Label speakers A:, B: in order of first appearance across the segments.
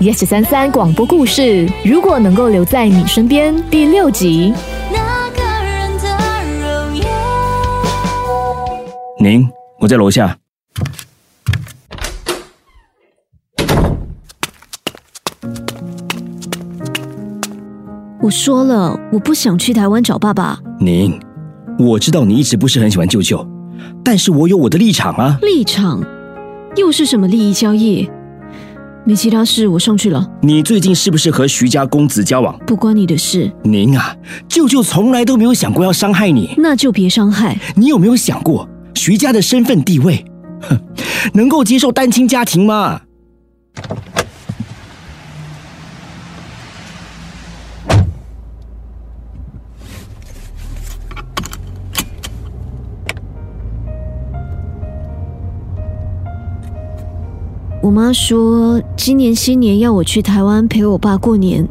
A: Yes 三三广播故事，如果能够留在你身边第六集。
B: 那个人的容颜。
C: 您，我在楼下。
D: 我说了，我不想去台湾找爸爸。
C: 您，我知道你一直不是很喜欢舅舅，但是我有我的立场啊。
D: 立场又是什么利益交易？没其他事，我上去了，
C: 你最近是不是和徐家公子交往？
D: 不关你的事，
C: 您啊，舅舅从来都没有想过要伤害你。
D: 那就别伤害。
C: 你有没有想过徐家的身份地位？哼，能够接受单亲家庭吗？
D: 我妈说，今年新年要我去台湾陪我爸过年，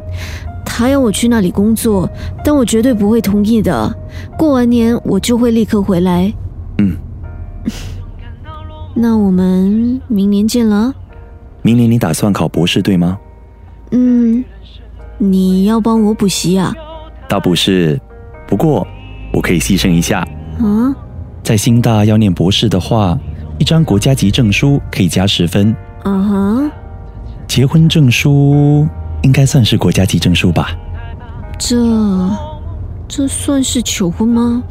D: 她要我去那里工作，但我绝对不会同意的。过完年我就会立刻回来。
E: 嗯，
D: 那我们明年见了啊。
E: 明年你打算考博士对吗？
D: 嗯，你要帮我补习啊？
E: 倒不是，不过我可以牺牲一下，
D: 啊，
E: 在新大要念博士的话，一张国家级证书可以加十分，
D: 啊哈，
E: 结婚证书应该算是国家级证书吧？
D: 这这算是求婚吗？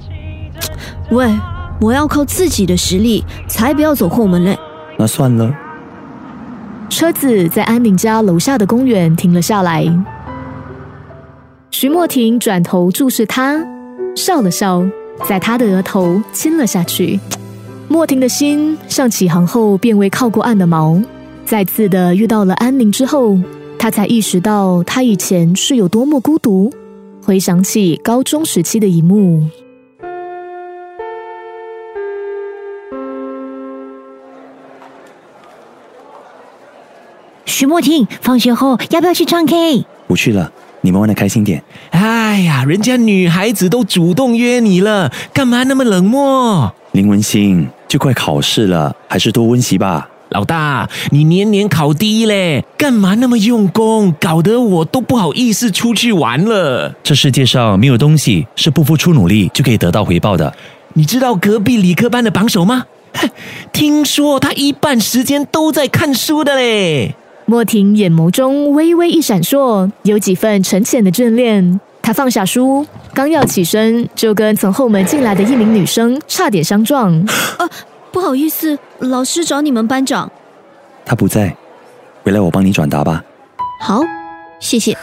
D: 喂，我要靠自己的实力，才不要走后门嘞。
E: 那算了，
A: 车子在安宁家楼下的公园停了下来。徐莫婷转头注视他，笑了笑，在他的额头亲了下去。莫婷的心像起航后变为靠过岸的锚。再次的遇到了安宁之后，她才意识到她以前是有多么孤独。回想起高中时期的一幕，
F: 徐莫婷，放学后要不要去唱 K？
E: 不去了，你们玩的开心点。
G: 哎呀，人家女孩子都主动约你了，干嘛那么冷漠？
E: 林文星，就快考试了，还是多温习吧。
G: 老大，你年年考第一嘞，干嘛那么用功？搞得我都不好意思出去玩了。
E: 这世界上没有东西是不付出努力就可以得到回报的。
G: 你知道隔壁理科班的榜首吗？哼听说他一半时间都在看书的嘞。
A: 莫婷眼眸中微微一闪烁，有几份沉潜的眷恋。她放下书，刚要起身，就跟从后门进来的一名女生差点相撞。
D: 啊不好意思，老师找你们班长。
E: 他不在，回来我帮你转达吧。
D: 好，谢谢。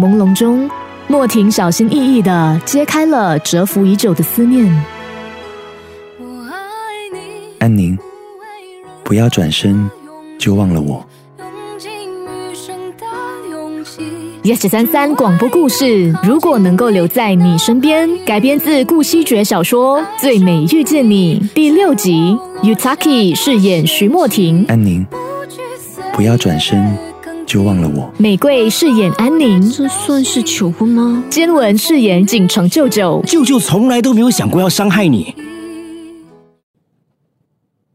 A: 朦胧中，莫婷小心翼翼地揭开了蛰伏已久的思念。
B: 我爱你，
E: 安宁，不要转身就忘了我。
B: 用尽余生的勇气。
A: Yes 三三广播故事，如果能够留在你身边，改编自顾惜爵小说《最美遇见你》第六集，Yutaki 饰演徐莫婷，
E: 安宁，不要转身就忘了我。
A: 美贵饰演安宁，
D: 这算是求婚吗？
A: 坚文饰演锦城舅舅。
C: 舅舅从来都没有想过要伤害你。